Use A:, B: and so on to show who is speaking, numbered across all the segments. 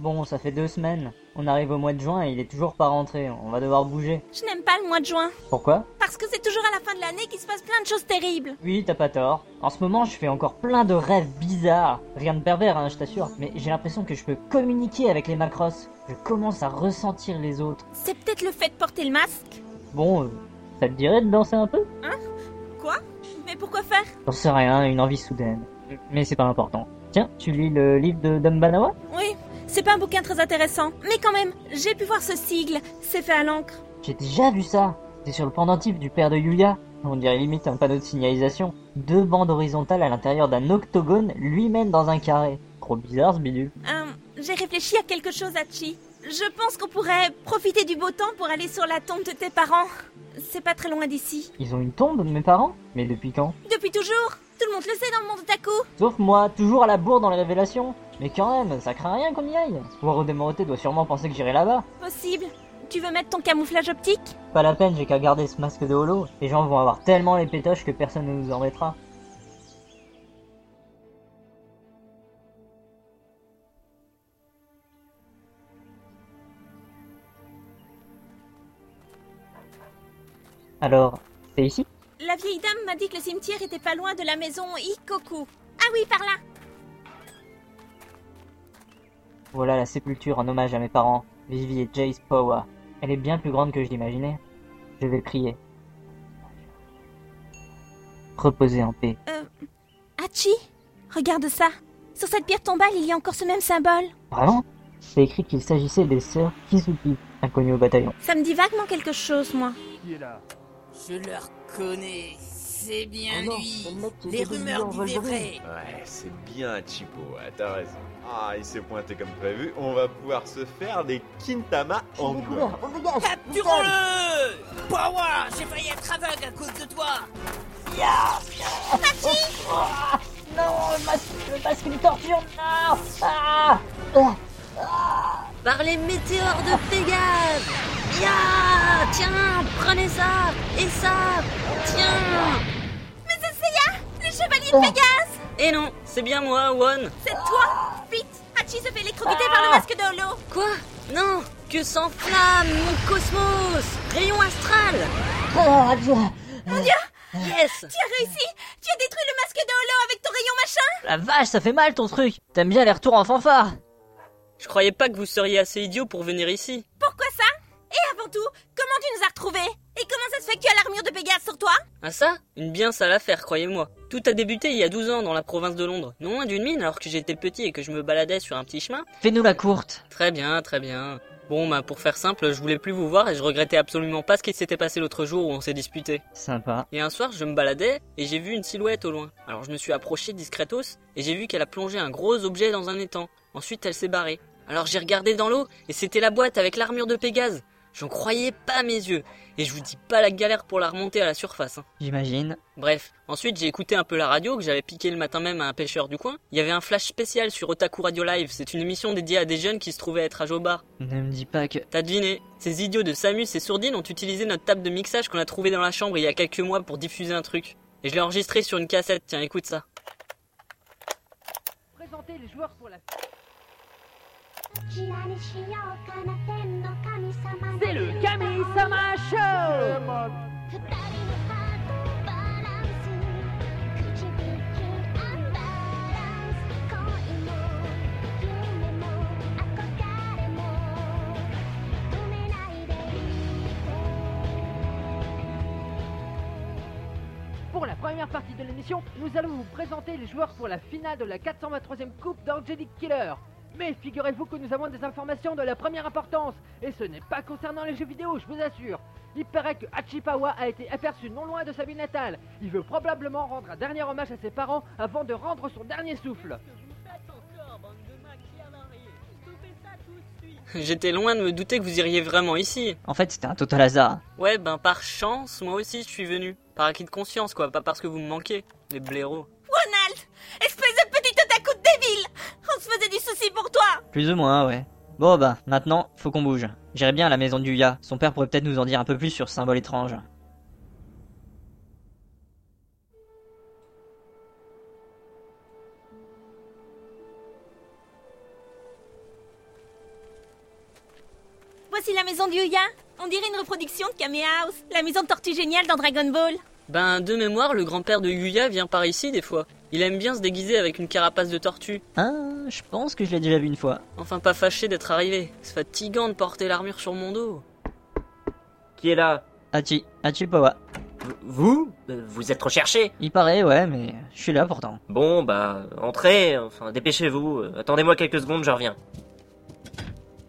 A: Bon, ça fait deux semaines. On arrive au mois de juin et il est toujours pas rentré. On va devoir bouger.
B: Je n'aime pas le mois de juin.
A: Pourquoi
B: Parce que c'est toujours à la fin de l'année qu'il se passe plein de choses terribles.
A: Oui, t'as pas tort. En ce moment, je fais encore plein de rêves bizarres. Rien de pervers, hein, je t'assure. Mais j'ai l'impression que je peux communiquer avec les Macross. Je commence à ressentir les autres.
B: C'est peut-être le fait de porter le masque.
A: Bon, euh, ça te dirait de danser un peu
B: Quoi Mais pourquoi faire
A: J'en sais rien, une envie soudaine. Mais c'est pas important. Tiens, tu lis le livre de Dumbanawa
B: Oui, c'est pas un bouquin très intéressant. Mais quand même, j'ai pu voir ce sigle. C'est fait à l'encre.
A: J'ai déjà vu ça. C'est sur le pendentif du père de Yulia. On dirait limite un panneau de signalisation. Deux bandes horizontales à l'intérieur d'un octogone, lui-même dans un carré. Trop bizarre ce bidule.
B: Euh, j'ai réfléchi à quelque chose, Hachi. Je pense qu'on pourrait profiter du beau temps pour aller sur la tombe de tes parents. C'est pas très loin d'ici.
A: Ils ont une tombe, mes parents Mais depuis quand
B: Depuis toujours Tout le monde le sait dans le monde otaku
A: Sauf moi, toujours à la bourre dans les révélations. Mais quand même, ça craint rien qu'on y aille. Poirot de Moroté doit sûrement penser que j'irai là-bas.
B: Possible. Tu veux mettre ton camouflage optique
A: Pas la peine, j'ai qu'à garder ce masque de holo. Les gens vont avoir tellement les pétoches que personne ne nous embêtera. Alors, c'est ici
B: La vieille dame m'a dit que le cimetière était pas loin de la maison Ikoku. Ah oui, par là
A: Voilà la sépulture en hommage à mes parents, Vivi et Jace Powa. Elle est bien plus grande que je l'imaginais. Je vais prier. Reposez en paix.
B: Hachi Regarde ça Sur cette pierre tombale, il y a encore ce même symbole.
A: Vraiment C'est écrit qu'il s'agissait des sœurs Kizuki, inconnues au bataillon.
B: Ça me dit vaguement quelque chose, moi.
C: Qui est là
D: Je le reconnais. C'est bien
E: Oh non,
D: lui.
E: c'est le mec qui
D: Les
E: est déguisé
D: rumeurs
E: en
D: disaient vrai.
E: Wolverine.
C: Ouais, c'est bien Chipo, ouais, t'as raison. Ah, il s'est pointé comme prévu, on va pouvoir se faire des Kintama en couleur.
E: Oh, regarde, regarde.
D: Capturons-le Power J'ai failli être aveugle à cause de toi
A: Non, le masque, le masque me torture, non Ah
F: Par les météores de Pégase Ya Tiens, prenez ça Et ça Tiens
B: Le chevalier de Pégase
F: Et Eh non, c'est bien moi, One
B: C'est toi Vite Hachi se fait électrocuter par le masque de Holo
F: Quoi Non Que s'enflamme mon cosmos Rayon astral
A: Ah, Dieu.
F: Yes
B: Tu as réussi Tu as détruit le masque de Holo avec ton rayon machin
A: La vache, ça fait mal ton truc T'aimes bien les retours en fanfare
F: Je croyais pas que vous seriez assez idiot pour venir ici.
B: Pourquoi ça Et avant tout, comment tu nous as retrouvés Et comment ça se fait que tu as l'armure de Pégase sur toi
F: Ah ça Une bien sale affaire, croyez-moi. Tout a débuté il y a 12 ans dans la province de Londres, non loin d'une mine alors que j'étais petit et que je me baladais sur un petit chemin.
A: Fais-nous la courte
F: Très bien, très bien. Bon, bah pour faire simple, je voulais plus vous voir et je regrettais absolument pas ce qui s'était passé l'autre jour où on s'est disputé.
A: Sympa.
F: Et un soir, je me baladais et j'ai vu une silhouette au loin. Alors je me suis approché discretos et j'ai vu qu'elle a plongé un gros objet dans un étang. Ensuite, elle s'est barrée. Alors j'ai regardé dans l'eau et c'était la boîte avec l'armure de Pégase. J'en croyais pas mes yeux. Et je vous dis pas la galère pour la remonter à la surface. hein.
A: J'imagine.
F: Bref, ensuite j'ai écouté un peu la radio que j'avais piqué le matin même à un pêcheur du coin. Il y avait un flash spécial sur Otaku Radio Live. C'est une émission dédiée à des jeunes qui se trouvaient être à Jobar.
A: Ne me dis pas que...
F: T'as deviné Ces idiots de Samus et Sourdine ont utilisé notre table de mixage qu'on a trouvée dans la chambre il y a quelques mois pour diffuser un truc. Et je l'ai enregistré sur une cassette, tiens, écoute ça.
G: Présenter les joueurs pour la C'est le Camille Sama Show Pour la première partie de l'émission, nous allons vous présenter les joueurs pour la finale de la 423e Coupe d'Angelic Killer. Mais figurez-vous que nous avons des informations de la première importance, et ce n'est pas concernant les jeux vidéo, je vous assure. Il paraît que Hachipawa a été aperçu non loin de sa ville natale. Il veut probablement rendre un dernier hommage à ses parents avant de rendre son dernier souffle.
F: J'étais loin de me douter que vous iriez vraiment ici.
A: En fait, c'était un total hasard.
F: Ouais, ben par chance, moi aussi je suis venu. Par acquis de conscience, quoi, pas parce que vous me manquez, les blaireaux.
B: Ronald Espèce de petit otaku de débile On se faisait du souci pour toi
A: Plus ou moins, ouais. Bon bah, maintenant, faut qu'on bouge. J'irai bien à la maison de Yuya. Son père pourrait peut-être nous en dire un peu plus sur ce symbole étrange.
B: Voici la maison de Yuya. On dirait une reproduction de Kame House, la maison de Tortue Géniale dans Dragon Ball.
F: Ben, de mémoire, le grand-père de Yuya vient par ici des fois. Il aime bien se déguiser avec une carapace de tortue.
A: Ah, je pense que je l'ai déjà vu une fois.
F: Enfin, pas fâché d'être arrivé. C'est fatigant de porter l'armure sur mon dos.
H: Qui est là
A: Hachi, Hachi Pawa.
H: V- Vous Euh, Vous êtes recherché
A: Il paraît, ouais, mais je suis là pourtant.
H: Bon, bah, entrez, enfin, dépêchez-vous. Euh, Attendez-moi quelques secondes, je reviens.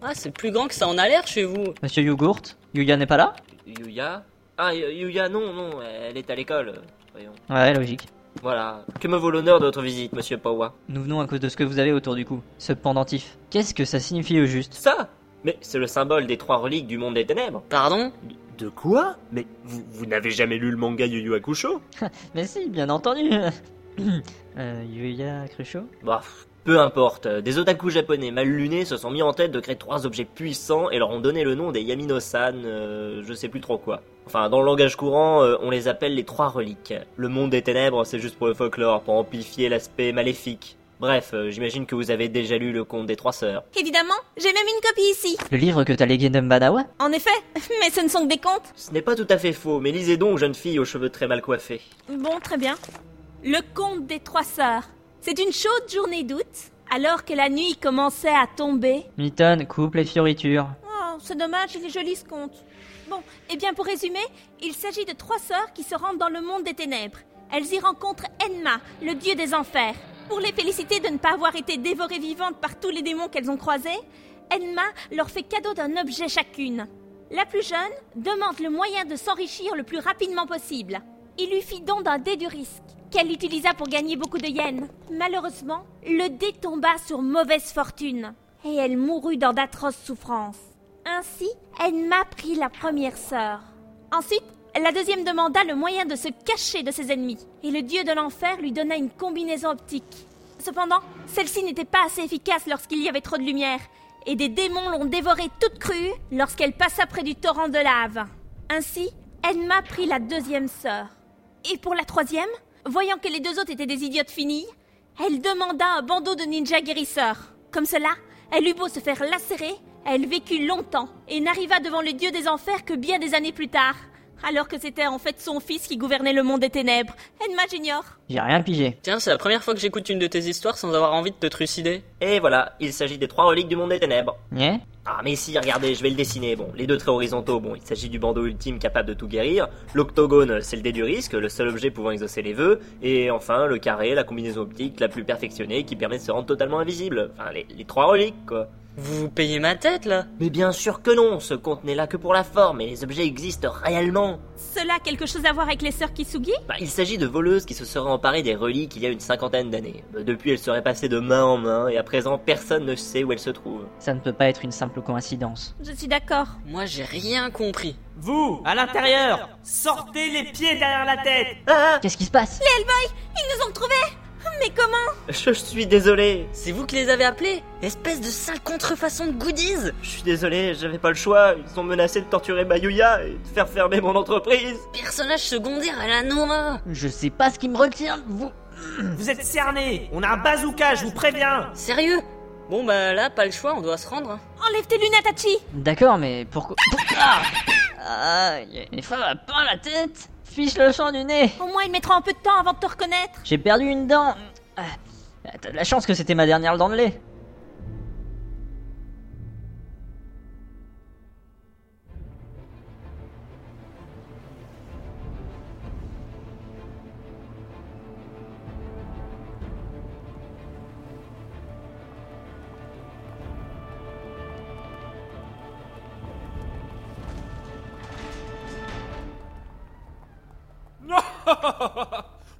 F: Ah, c'est plus grand que ça en a l'air chez vous.
A: Monsieur Yogourt, Yuya n'est pas là
H: Yuya Ah, Yu- Yuya, non, non, elle est à l'école. euh, Voyons.
A: Ouais, logique.
H: Voilà. Que me vaut l'honneur de votre visite, monsieur Pawa
A: Nous venons à cause de ce que vous avez autour du cou, ce pendentif. Qu'est-ce que ça signifie au juste
H: Ça Mais c'est le symbole des trois reliques du monde des ténèbres.
F: Pardon
H: De quoi Mais vous, vous n'avez jamais lu le manga Yu Yu Hakusho
A: Mais si, bien entendu euh, Yuya Cruchot
H: Bah, pff, peu importe. euh, Des otaku japonais mal lunés se sont mis en tête de créer trois objets puissants et leur ont donné le nom des Yamino-san, euh, je sais plus trop quoi. Enfin, dans le langage courant, euh, on les appelle les trois reliques. Le monde des ténèbres, c'est juste pour le folklore, pour amplifier l'aspect maléfique. Bref, euh, j'imagine que vous avez déjà lu le conte des trois sœurs.
B: Évidemment, j'ai même une copie ici.
A: Le livre que t'as légué Numbanawa
B: En effet, mais ce ne sont que des contes.
H: Ce n'est pas tout à fait faux, mais lisez donc, jeune fille aux cheveux très mal coiffés.
B: Bon, très bien. Le conte des trois sœurs. C'est une chaude journée d'août, alors que la nuit commençait à tomber.
A: Miton, couple et fioriture.
B: Oh, c'est dommage, il est joli ce conte. Bon, eh bien pour résumer, il s'agit de trois sœurs qui se rendent dans le monde des ténèbres. Elles y rencontrent Enma, le dieu des enfers. Pour les féliciter de ne pas avoir été dévorées vivantes par tous les démons qu'elles ont croisés, Enma leur fait cadeau d'un objet chacune. La plus jeune demande le moyen de s'enrichir le plus rapidement possible. Il lui fit don d'un dé du risque, qu'elle utilisa pour gagner beaucoup de yens. Malheureusement, le dé tomba sur mauvaise fortune, et elle mourut dans d'atroces souffrances. Ainsi, Enma prit la première sœur. Ensuite, la deuxième demanda le moyen de se cacher de ses ennemis, et le dieu de l'enfer lui donna une combinaison optique. Cependant, celle-ci n'était pas assez efficace lorsqu'il y avait trop de lumière, et des démons l'ont dévorée toute crue lorsqu'elle passa près du torrent de lave. Ainsi, Enma prit la deuxième sœur. Et pour la troisième, voyant que les deux autres étaient des idiotes finis, elle demanda un bandeau de ninja guérisseur. Comme cela, elle eut beau se faire lacérer, elle vécut longtemps et n'arriva devant le dieu des enfers que bien des années plus tard, alors que c'était en fait son fils qui gouvernait le monde des ténèbres, Enma Junior.
A: J'ai rien pigé.
F: Tiens, c'est la première fois que j'écoute une de tes histoires sans avoir envie de te trucider.
H: Et voilà, il s'agit des trois reliques du monde des ténèbres.
A: Nyeh
H: Ah mais si, regardez, je vais le dessiner. Bon, les deux traits horizontaux, bon, il s'agit du bandeau ultime capable de tout guérir. L'octogone, c'est le dé du risque, le seul objet pouvant exaucer les vœux. Et enfin, le carré, la combinaison optique la plus perfectionnée qui permet de se rendre totalement invisible. Enfin, les, les trois reliques, quoi.
F: Vous vous payez ma tête là
H: Mais bien sûr que non, ce compte n'est là que pour la forme, et les objets existent réellement.
B: Cela a quelque chose à voir avec les sœurs Kisugi
H: Bah, il s'agit de voleuses qui se seraient emparées des reliques il y a une cinquantaine d'années. Euh, Depuis, elles seraient passées de main en main, et à présent, personne ne sait où elles se trouvent.
A: Ça ne peut pas être une simple coïncidence.
B: Je suis d'accord.
F: Moi, j'ai rien compris.
I: Vous, à l'intérieur, sortez les pieds derrière la tête
H: Ah,
A: Qu'est-ce qui se passe
B: Ils nous ont retrouvés Mais comment
H: Je suis désolé,
F: C'est vous qui les avez appelés Espèce de sale contrefaçon de goodies
H: Je suis désolé, j'avais pas le choix. Ils ont menacé de torturer Mayuya et de faire fermer mon entreprise.
F: Personnage secondaire à la Nora
A: Je sais pas ce qui me retient, vous
I: Vous êtes cernés On a un bazooka, je vous préviens
F: Sérieux Bon bah là, pas le choix, on doit se rendre. hein.
B: Enlève tes lunettes, Hachi
A: D'accord, mais pourquoi... Pour- Ah Aïe, mais ça va pas la tête Fiche le champ du nez
B: Au moins, il mettra un peu de temps avant de te reconnaître.
A: J'ai perdu une dent Ah, T'as de la chance que c'était ma dernière dent de lait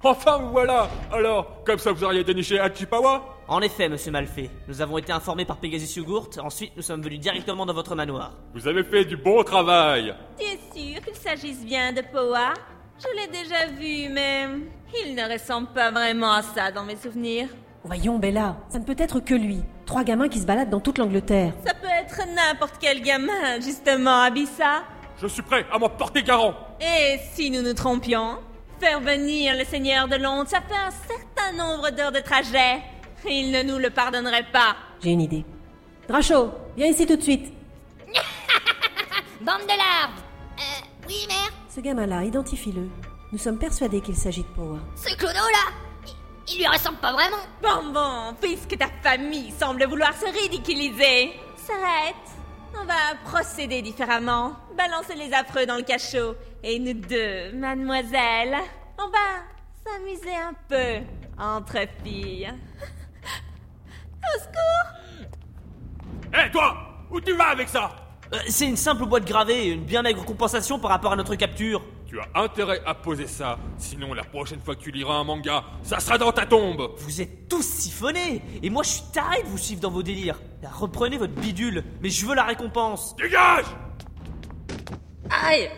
J: enfin vous voilà Alors, comme ça vous auriez déniché Hachipawa
I: En effet, monsieur Malfait, nous avons été informés par Pegasus Yogourt, ensuite nous sommes venus directement dans votre manoir.
J: Vous avez fait du bon travail
B: Tu es sûr qu'il s'agisse bien de Poa Je l'ai déjà vu, mais il ne ressemble pas vraiment à ça dans mes souvenirs.
K: Voyons, Bella, ça ne peut être que lui. Trois gamins qui se baladent dans toute l'Angleterre.
B: Ça peut être n'importe quel gamin, justement, Abissa.
J: Je suis prêt à m'en porter garant
B: Et si nous nous trompions Faire venir le seigneur de Londres, ça fait un certain nombre d'heures de trajet. Il ne nous le pardonnerait pas.
K: J'ai une idée. Dracho, viens ici tout de suite.
L: Bande de larves Euh, oui, mère
K: Ce gamin-là, identifie-le. Nous sommes persuadés qu'il s'agit de Power.
L: Ce clodo-là il, il lui ressemble pas vraiment
B: Bon, bon, puisque ta famille semble vouloir se ridiculiser, s'arrête. On va procéder différemment. Balancer les affreux dans le cachot. Et nous deux, mademoiselle, on va s'amuser un peu entre filles. Au secours
I: Hé toi Où tu vas avec ça Euh, C'est une simple boîte gravée, une bien maigre compensation par rapport à notre capture.
J: Tu as intérêt à poser ça, sinon la prochaine fois que tu liras un manga, ça sera dans ta tombe
I: Vous êtes tous siphonnés Et moi je suis taré de vous suivre dans vos délires. Là, Reprenez votre bidule, mais je veux la récompense.
J: Dégage
A: Aïe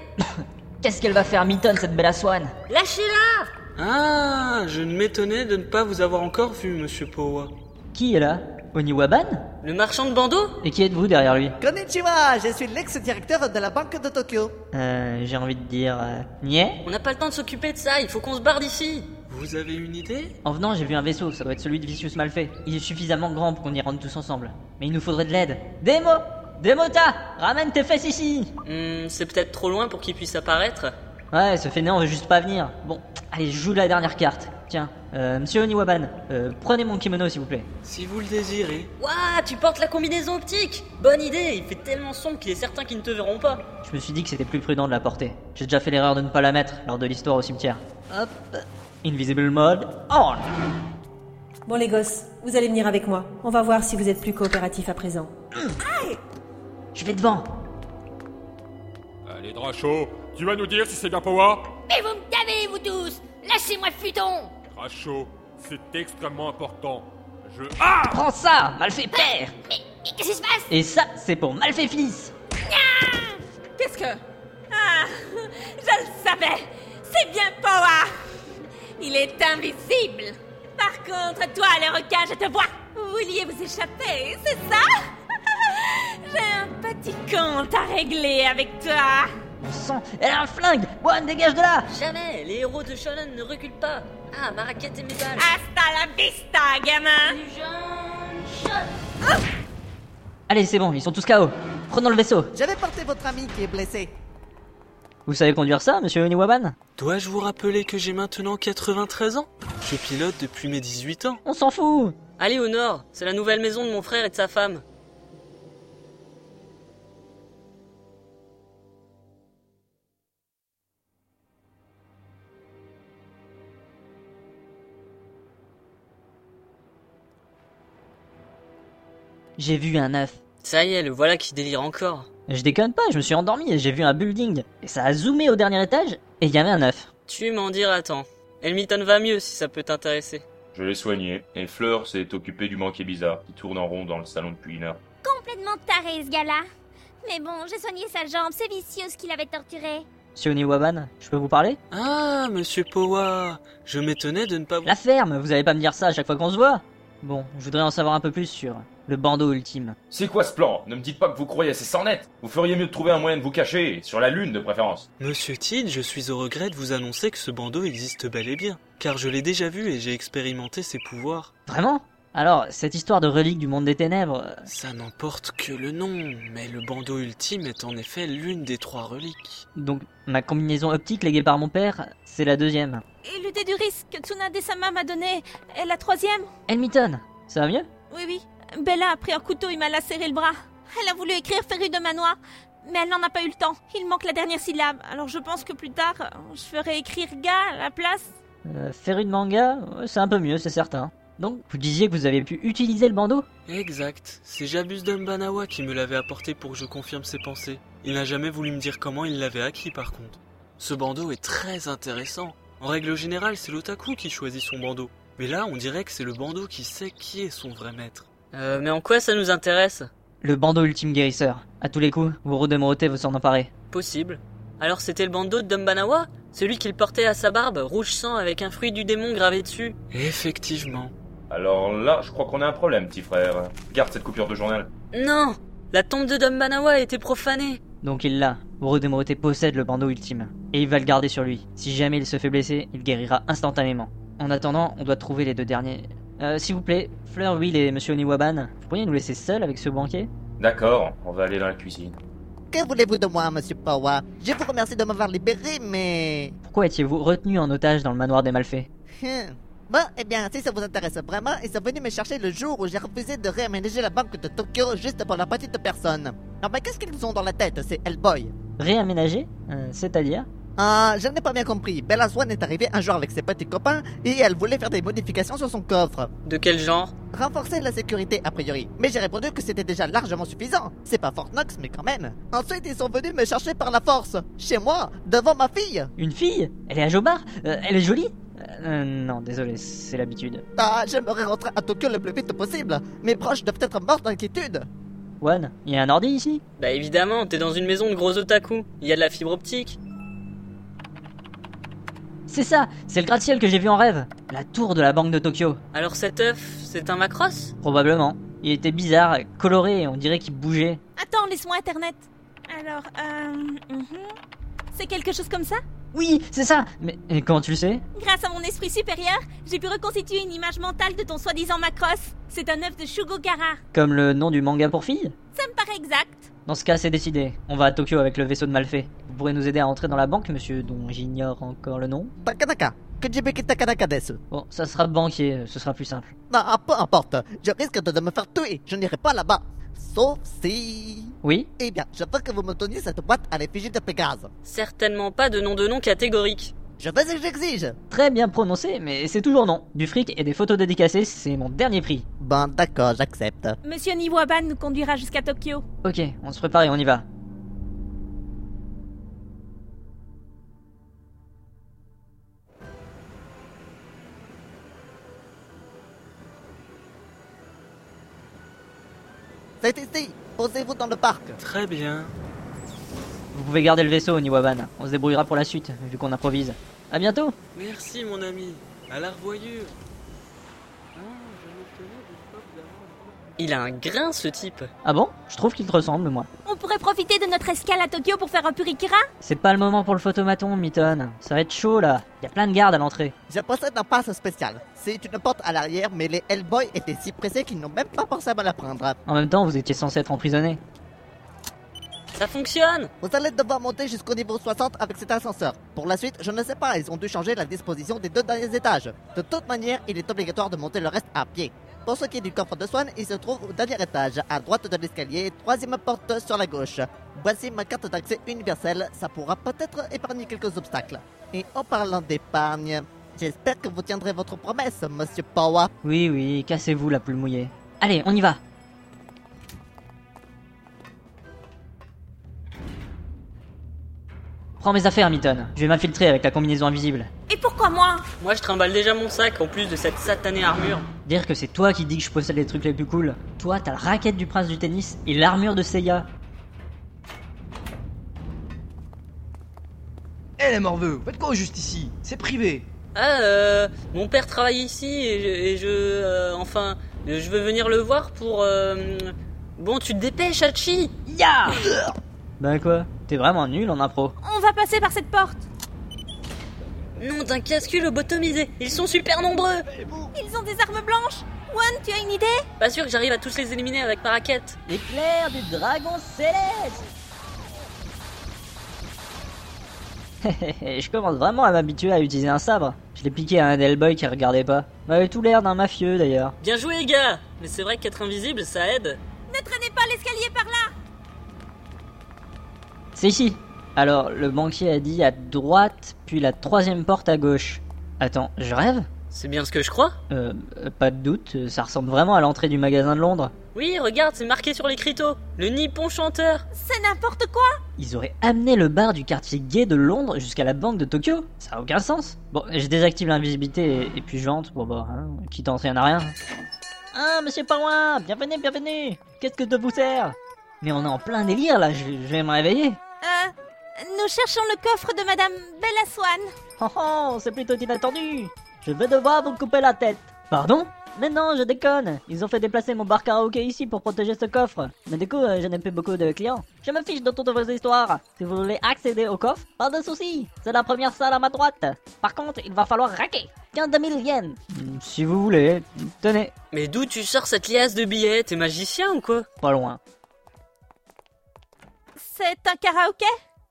A: Qu'est-ce qu'elle va faire mitonne cette belle assoine
L: Lâchez-la
M: Ah, je ne m'étonnais de ne pas vous avoir encore vu, monsieur Powa.
A: Qui est là Oniwaban
F: Le marchand de bandeaux
A: Et qui êtes-vous derrière lui
G: Konnichiwa, je suis l'ex-directeur de la Banque de Tokyo.
A: Euh, j'ai envie de dire... Euh, niais
F: On n'a pas le temps de s'occuper de ça, il faut qu'on se barre d'ici
M: Vous avez une idée
A: En venant, j'ai vu un vaisseau, ça doit être celui de Vicious Malfait. Il est suffisamment grand pour qu'on y rentre tous ensemble. Mais il nous faudrait de l'aide. Démo Démota Ramène tes fesses ici
F: Hmm, c'est peut-être trop loin pour qu'il puisse apparaître.
A: Ouais, ce fainéant veut juste pas venir. Bon, allez, je joue la dernière carte. Tiens, euh, monsieur Oniwaban, euh, prenez mon kimono s'il vous plaît.
M: Si vous le désirez.
F: Ouah, tu portes la combinaison optique Bonne idée, il fait tellement sombre qu'il est certain qu'ils ne te verront pas.
A: Je me suis dit que c'était plus prudent de la porter. J'ai déjà fait l'erreur de ne pas la mettre lors de l'histoire au cimetière.
L: Hop
A: Invisible mode on
K: Bon les gosses, vous allez venir avec moi. On va voir si vous êtes plus coopératifs à présent.
A: Je vais devant.
J: Allez, Dracho, tu vas nous dire si c'est bien Powa
L: Mais vous me cavez, vous tous Lâchez-moi le futon
J: Dracho, c'est extrêmement important. Je...
A: Ah Prends ça Malfait père
L: Mais qu'est-ce qui se passe
A: Et ça, c'est pour Malfait fils
B: Qu'est-ce que... Ah, je le savais C'est bien Poa Il est invisible Par contre, toi, le requin, je te vois Vous vouliez vous échapper, c'est ça J'ai un petit compte à régler avec toi
A: On sent... Elle a un flingue One, dégage de là
F: Jamais, les héros de Shonen ne reculent pas. Ah, ma raquette et mes balles.
B: Hasta la vista, gamin
A: Allez, c'est bon, ils sont tous KO. Prenons le vaisseau.
G: Je vais porter votre ami qui est blessé.
A: Vous savez conduire ça, monsieur Oniwaban
M: Dois-je vous rappeler que j'ai maintenant 93 ans Je pilote depuis mes 18 ans.
A: On s'en fout
F: Allez au nord, c'est la nouvelle maison de mon frère et de sa femme.
A: J'ai vu un œuf.
F: Ça y est, le voilà qui délire encore.
A: Je déconne pas, je me suis endormi et j'ai vu un building. Et ça a zoomé au dernier étage et il y avait un œuf.
F: Tu m'en diras tant. Elmiton va mieux si ça peut t'intéresser.
N: Je l'ai soigné, et Fleur s'est occupée du banquier bizarre, qui tourne en rond dans le salon depuis une heure.
L: Complètement taré, ce gars-là. Mais bon, j'ai soigné sa jambe, c'est vicieux ce qu'il avait torturé.
A: Monsieur Oniwaban, je peux vous parler
M: Ah, monsieur Powa, je m'étonnais de ne pas vous...
A: La ferme, vous allez pas me dire ça à chaque fois qu'on se voit Bon, je voudrais en savoir un peu plus sur le bandeau ultime.
N: C'est quoi ce plan Ne me dites pas que vous croyez à ces sornettes Vous feriez mieux de trouver un moyen de vous cacher, sur la lune de préférence.
M: Monsieur Tid, je suis au regret de vous annoncer que ce bandeau existe bel et bien, car je l'ai déjà vu et j'ai expérimenté ses pouvoirs.
A: Vraiment Alors, cette histoire de relique du monde des ténèbres, euh,
M: Ça n'emporte que le nom, mais le bandeau ultime est en effet l'une des trois reliques.
A: donc ma combinaison optique léguée par mon père, c'est la deuxième.
B: Et le dé du risque que Tsunade-sama m'a donné est la troisième
A: Elmiton, ça va mieux
B: Oui, oui. Bella a pris un couteau et m'a lacéré le bras. Elle a voulu écrire Féru de Manoir, mais elle n'en a pas eu le temps. Il manque la dernière syllabe, alors je pense que plus tard, euh, je ferai écrire Ga à la place.
A: euh, Féru de manga, euh, c'est un peu mieux, c'est certain. Donc, vous disiez que vous avez pu utiliser le bandeau
M: Exact, c'est Jabus Dumbanawa qui me l'avait apporté pour que je confirme ses pensées. Il n'a jamais voulu me dire comment il l'avait acquis par contre. Ce bandeau est très intéressant. En règle générale, c'est l'otaku qui choisit son bandeau. Mais là, on dirait que c'est le bandeau qui sait qui est son vrai maître.
F: Euh, mais en quoi ça nous intéresse
A: Le bandeau ultime guérisseur. À tous les coups, vous redemorotez, vous s'en emparez.
F: Possible. Alors c'était le bandeau de Dumbanawa Celui qu'il portait à sa barbe, rouge sang avec un fruit du démon gravé dessus.
M: Effectivement.
N: Alors là, je crois qu'on a un problème, petit frère. Garde cette coupure de journal.
F: Non La tombe de Dumbanawa a été profanée
A: Donc il l'a. Borodemoroté possède le bandeau ultime. Et il va le garder sur lui. Si jamais il se fait blesser, il guérira instantanément. En attendant, on doit trouver les deux derniers. Euh, s'il vous plaît, Fleur, Will et Monsieur Oniwaban, vous pourriez nous laisser seuls avec ce banquier
N: D'accord, on va aller dans la cuisine.
G: Que voulez-vous de moi, monsieur Powa Je vous remercie de m'avoir libéré, mais...
A: Pourquoi étiez-vous retenu en otage dans le manoir des Malfaits
G: Hum. Bon, eh bien, si ça vous intéresse vraiment, ils sont venus me chercher le jour où j'ai refusé de réaménager la banque de Tokyo juste pour la petite personne. Non, mais qu'est-ce qu'ils ont dans la tête, ces Hellboy
A: Réaménagé Euh, C'est-à-dire
G: Ah, je n'ai pas bien compris. Bella Swan est arrivée un jour avec ses petits copains et elle voulait faire des modifications sur son coffre.
F: De quel genre
G: Renforcer la sécurité, a priori. Mais j'ai répondu que c'était déjà largement suffisant. C'est pas Fort Knox, mais quand même. Ensuite, ils sont venus me chercher par la force. Chez moi, devant ma fille.
A: Une fille Elle est à Jobard Euh, Elle est jolie Euh, Non, désolé, c'est l'habitude.
G: Ah, j'aimerais rentrer à Tokyo le plus vite possible. Mes proches doivent être morts d'inquiétude.
A: One, il y a un ordi ici
F: Bah évidemment, t'es dans une maison de gros otaku. Il y a de la fibre optique.
A: C'est ça C'est le gratte-ciel que j'ai vu en rêve La tour de la banque de Tokyo.
F: Alors cet œuf, c'est un macross
A: Probablement. Il était bizarre, coloré, on dirait qu'il bougeait.
B: Attends, laisse-moi Internet. Alors, euh... mhm. C'est quelque chose comme ça
A: Oui, c'est ça Mais et comment tu le sais
B: Grâce à mon esprit supérieur, j'ai pu reconstituer une image mentale de ton soi-disant Macross. C'est un œuf de Shugogara.
A: Comme le nom du manga pour filles
B: Ça me paraît exact.
A: Dans ce cas, c'est décidé. On va à Tokyo avec le vaisseau de Malfait. Vous pourrez nous aider à entrer dans la banque, monsieur, dont j'ignoре encore le nom
G: Takanaka. Kujibiki Takanaka desu.
A: Bon, ça sera banquier, ce sera plus simple.
G: Ah, peu importe. Je risque de de me faire tuer. Je n'irai pas là-bas. Sauf si...
A: Oui
G: Eh bien, je veux que vous me donniez cette boîte à l'effigie de Pégase.
F: Certainement pas de nom de nom catégorique.
G: Je veux et j'exige
A: Très bien prononcé, mais c'est toujours non. Du fric et des photos dédicacées, c'est mon dernier prix.
G: Bon, d'accord, j'accepte.
B: Monsieur Niwaban nous conduira jusqu'à Tokyo.
A: Ok, on se prépare et on y va.
G: C'est ici. Posez-vous dans le parc.
M: Très bien.
A: Vous pouvez garder le vaisseau, Niwaban. On se débrouillera pour la suite, vu qu'on improvise. À bientôt
M: Merci mon ami. À la revoyure. Ah,
F: Il a un grain ce type.
A: Ah bon Je trouve qu'il te ressemble, moi.
B: On pourrait profiter de notre escale à Tokyo pour faire un purikira
A: C'est pas le moment pour le photomaton, Miton. Ça va être chaud, là. Y a plein de gardes à l'entrée.
G: Je possède un passe spécial. C'est une porte à l'arrière, mais les Hellboy étaient si pressés qu'ils n'ont même pas pensé à me la prendre.
A: En même temps, vous étiez censé être emprisonné.
F: Ça fonctionne
G: Vous allez devoir monter jusqu'au niveau 60 avec cet ascenseur. Pour la suite, je ne sais pas, ils ont dû changer la disposition des deux derniers étages. De toute manière, il est obligatoire de monter le reste à pied. Pour ce qui est du coffre de Swan, il se trouve au dernier étage, à droite de l'escalier, troisième porte sur la gauche. Voici ma carte d'accès universelle, ça pourra peut-être épargner quelques obstacles. Et en parlant d'épargne, j'espère que vous tiendrez votre promesse, monsieur Powa.
A: Oui, oui, cassez-vous la pluie mouillée. Allez, on y va Prends mes affaires, Miton. Je vais m'infiltrer avec la combinaison invisible.
B: Et pourquoi moi
F: Moi je trimballe déjà mon sac en plus de cette satanée armure.
A: Dire que c'est toi qui dis que je possède les trucs les plus cools. Toi, t'as la raquette du prince du tennis et l'armure de Seiya.
O: Eh les morveux, faites quoi juste ici C'est privé.
F: Ah, euh, mon père travaille ici et je. et je, euh, enfin, je veux venir le voir pour. euh, Bon, tu te dépêches, Hachi
A: Ya Ben quoi T'es vraiment nul en impro.
B: On va passer par cette porte.
F: Non, d'un casque lobotomisé Ils sont super nombreux
B: Ils ont des armes blanches. One, tu as une idée
F: Pas sûr que j'arrive à tous les éliminer avec ma raquette.
P: Éclair du dragon céleste
A: je commence vraiment à m'habituer à utiliser un sabre. Je l'ai piqué à un Hellboy qui regardait pas. M'avait tout l'air d'un mafieux d'ailleurs.
F: Bien joué, les gars Mais c'est vrai qu'être invisible, ça aide.
B: Ne traînez pas l'escalier par là
A: C'est ici. Alors, le banquier a dit à droite, puis la troisième porte à gauche. Attends, je rêve
F: C'est bien ce que je crois
A: Euh, euh, pas de doute, euh, ça ressemble vraiment à l'entrée du magasin de Londres.
F: Oui, regarde, c'est marqué sur les l'écriteau. Le nippon chanteur.
B: C'est n'importe quoi
A: Ils auraient amené le bar du quartier gay de Londres jusqu'à la banque de Tokyo Ça a aucun sens Bon, je désactive l'invisibilité et, et puis je rentre, bon bah, hein, quitte à entrer, y en a rien. Ah, monsieur Parouin, bienvenue, bienvenue Qu'est-ce que je vous sers Mais on est en plein délire là, je, je vais me réveiller
B: Euh, nous cherchons le coffre de Madame Bella Swan.
P: Oh oh, c'est plutôt inattendu
A: Je vais devoir vous couper la tête Pardon mais non, je déconne Ils ont fait déplacer mon bar karaoké ici pour protéger ce coffre. Mais du coup, euh, je n'ai plus beaucoup de clients. Je me fiche de toutes vos histoires. Si vous voulez accéder au coffre, pas de soucis. C'est la première salle à ma droite. Par contre, il va falloir raquer. 15 000 yens. Hmm, Si vous voulez, tenez.
F: Mais d'où tu sors cette liasse de billets T'es magicien ou quoi
A: Pas loin.
B: C'est un karaoké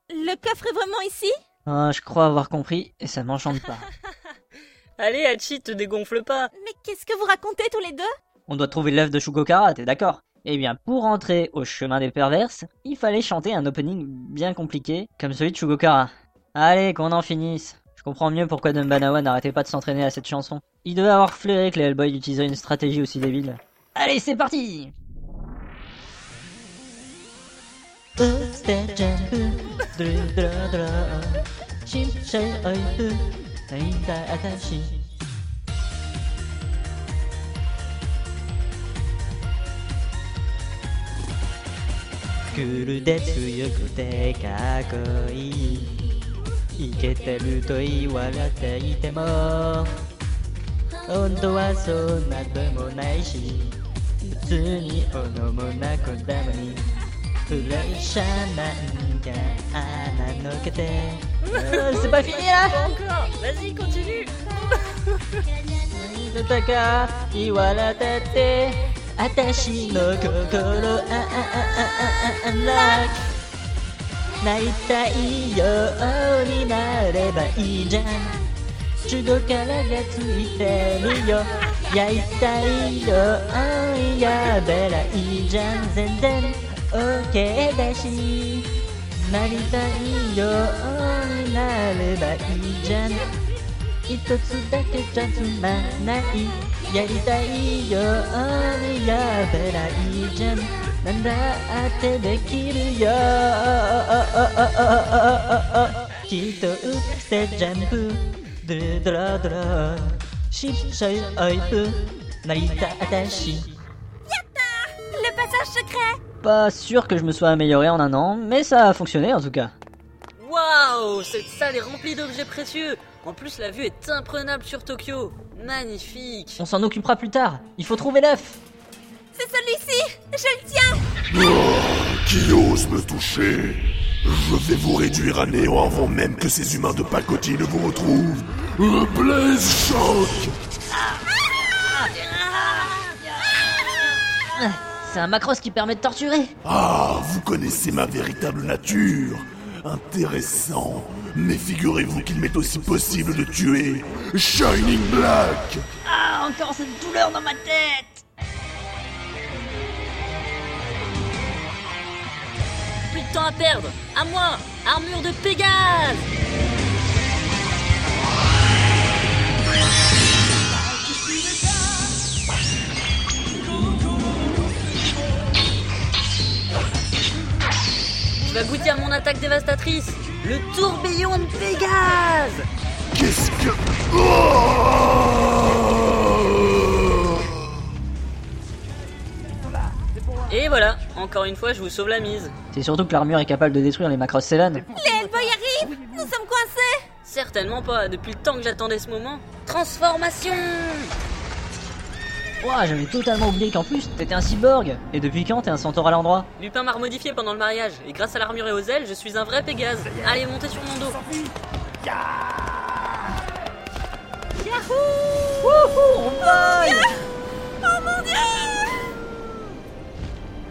B: Le coffre est vraiment ici
A: Ah, je crois avoir compris et ça m'enchante pas.
F: Allez, Hachi, te dégonfle pas.
B: Mais qu'est-ce que vous racontez tous les deux
A: On doit trouver l'œuvre de Shugokara, t'es d'accord Eh bien, pour entrer au chemin des perverses, il fallait chanter un opening bien compliqué, comme celui de Shugokara. Allez, qu'on en finisse. Je comprends mieux pourquoi Dumbanawa n'arrêtait pas de s'entraîner à cette chanson. Il devait avoir flairé que les Hellboys utilisaient une stratégie aussi débile. Allez, c'est parti Euh, C'est pas fini là
F: Pas encore Vas-y, continue
A: Taka, Iwala Tate, Atashi no Kokoro, ah, ah, ah, ah, ah, ah, lock. 泣いたいようになればいいじゃん中国からがついてるよやりたいようにやべらいいじゃん全然 OK だしなりたいようになればいいじゃん一つだけじゃつまんないやりたいようにやべらいいじゃんなんだってできるよきっと打ってジャンプドゥドラドラしっしゃいあいぷなりたあたし
B: Le passage secret
A: Pas sûr que je me sois amélioré en un an, mais ça a fonctionné en tout cas.
F: Waouh Cette salle est remplie d'objets précieux En plus, la vue est imprenable sur Tokyo Magnifique
A: On s'en occupera plus tard, il faut trouver l'œuf
B: C'est celui-ci Je le tiens
Q: Qui ose me toucher Je vais vous réduire à néant avant même que ces humains de pacotille ne vous retrouvent. Euh, Blaze Choc
A: Ah, C'est un macros qui permet de torturer
Q: Ah, vous connaissez ma véritable nature Intéressant. Mais figurez-vous qu'il m'est aussi possible de tuer Shining Black
P: Ah, encore cette douleur dans ma tête
F: Plus de temps à perdre À moi Armure de Pégase Tu vas goûter à mon attaque dévastatrice Le tourbillon de Pégase
Q: Qu'est-ce que... Oh
F: Et voilà Encore une fois, je vous sauve la mise
A: C'est surtout que l'armure est capable de détruire les macros Célan.
B: Les Hellboys arrivent Nous sommes coincés
F: Certainement pas, depuis le temps que j'attendais ce moment. Transformation
A: Ouah, j'avais totalement oublié qu'en plus t'étais un cyborg Et depuis quand t'es un centaure à l'endroit
F: Lupin m'a remodifié pendant le mariage, et grâce à l'armure et aux ailes, je suis un vrai Pégase. Allez, montez sur mon dos.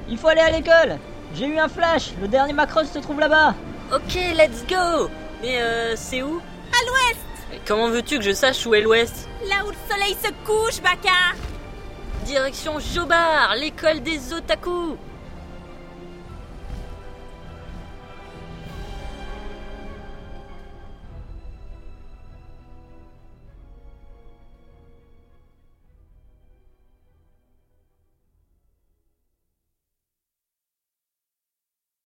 A: Il faut aller à l'école J'ai eu un flash Le dernier macros se trouve là-bas
F: Ok, let's go Mais euh, c'est où
B: À l'ouest
F: Comment veux-tu que je sache où est l'Ouest
B: Là où le soleil se couche, Bakar
F: Direction Jobar, l'école des otaku